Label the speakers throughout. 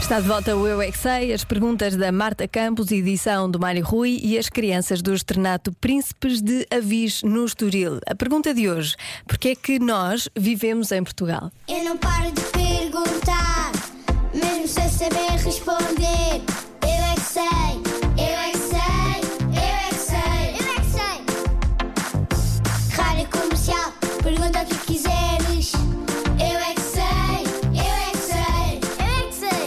Speaker 1: Está de volta o Eu é que Sei, as perguntas da Marta Campos, edição do Mário Rui e as crianças do Externato Príncipes de Avis no Estoril. A pergunta de hoje: porquê é que nós vivemos em Portugal?
Speaker 2: Eu não paro de perguntar, mesmo sem saber responder. Eu é que sei, eu é que sei, eu é que sei, eu é que sei. Rádio comercial, pergunta o que quiseres. Eu é que sei, eu é que sei, eu é que sei.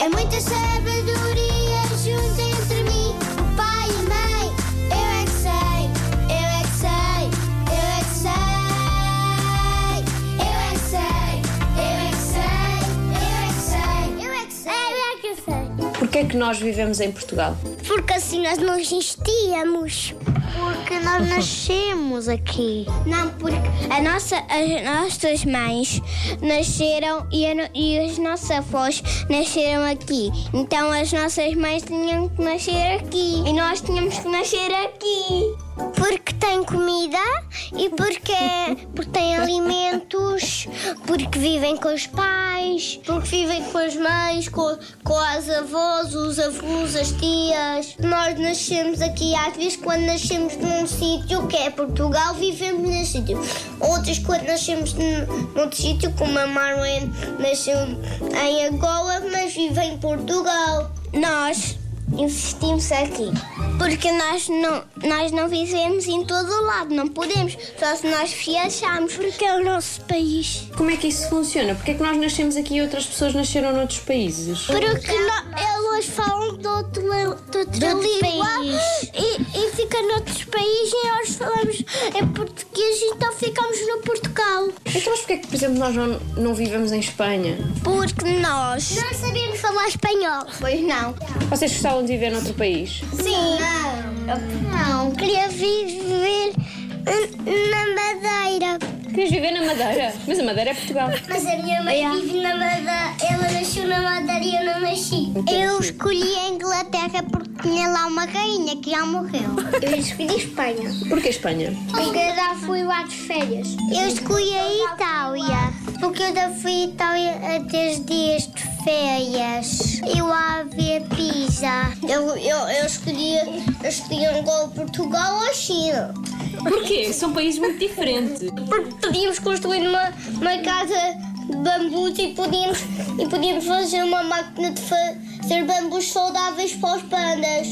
Speaker 2: É muita sabedoria junta entre mim, o pai e a mãe. Eu é que sei, eu é que sei, eu é que sei. Eu é que sei, eu é que sei, eu é que sei, eu é que sei. Eu é que sei.
Speaker 3: Porquê é que nós vivemos em Portugal?
Speaker 2: Porque assim nós não existíamos. Porque nós nascemos aqui. Não, porque a nossa, as nossas mães nasceram e, a no- e os nossos avós nasceram aqui. Então as nossas mães tinham que nascer aqui. E nós tínhamos que nascer aqui. Porque tem comida e porque, porque tem alimentos, porque vivem com os pais, porque vivem com as mães, com, com as avós, os avós, as tias. Nós nascemos aqui, às vezes, quando nascemos num sítio que é Portugal, vivemos nesse sítio. Outras, quando nascemos num, noutro sítio, como a Marwen nasceu em Angola, mas vive em Portugal. Nós insistimos aqui. Porque nós não, nós não vivemos em todo o lado, não podemos, só se nós viajarmos, porque é o nosso país.
Speaker 3: Como é que isso funciona? Porquê é que nós nascemos aqui e outras pessoas nasceram noutros países?
Speaker 2: Porque elas falam de, outro, de outra língua e, e fica noutros países e nós falamos em português, então ficamos no Portugal.
Speaker 3: Então, mas porquê é que, por exemplo, nós não, não vivemos em Espanha?
Speaker 2: Porque nós não sabemos falar espanhol. Pois não.
Speaker 3: Vocês gostavam de viver noutro país?
Speaker 2: Sim. Não. Queria viver na Madeira.
Speaker 3: Querias viver na Madeira? Mas a Madeira é Portugal.
Speaker 2: Mas a minha mãe vive na Madeira. Ela nasceu na Madeira e eu não nasci. Eu escolhi a Inglaterra porque tinha lá uma rainha que já morreu. Eu escolhi Espanha.
Speaker 3: Porquê Espanha?
Speaker 2: Porque eu já fui lá de férias. Eu escolhi a Itália. Porque eu já fui à Itália a 10 dias de férias. Eu lá vi a Pisa. Eu, eu, eu escolhi, eu escolhi Angola, Portugal ou China.
Speaker 3: Porquê? São países muito diferentes.
Speaker 2: Porque podíamos construir uma, uma casa de bambus e podíamos, e podíamos fazer uma máquina de fazer bambus saudáveis para os pandas.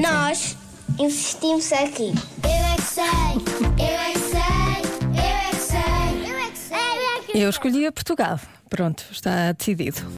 Speaker 2: Nós insistimos aqui. Eu é que sei, eu é que sei, eu é que sei, eu é que sei.
Speaker 1: Eu escolhi a Portugal. Pronto, está decidido.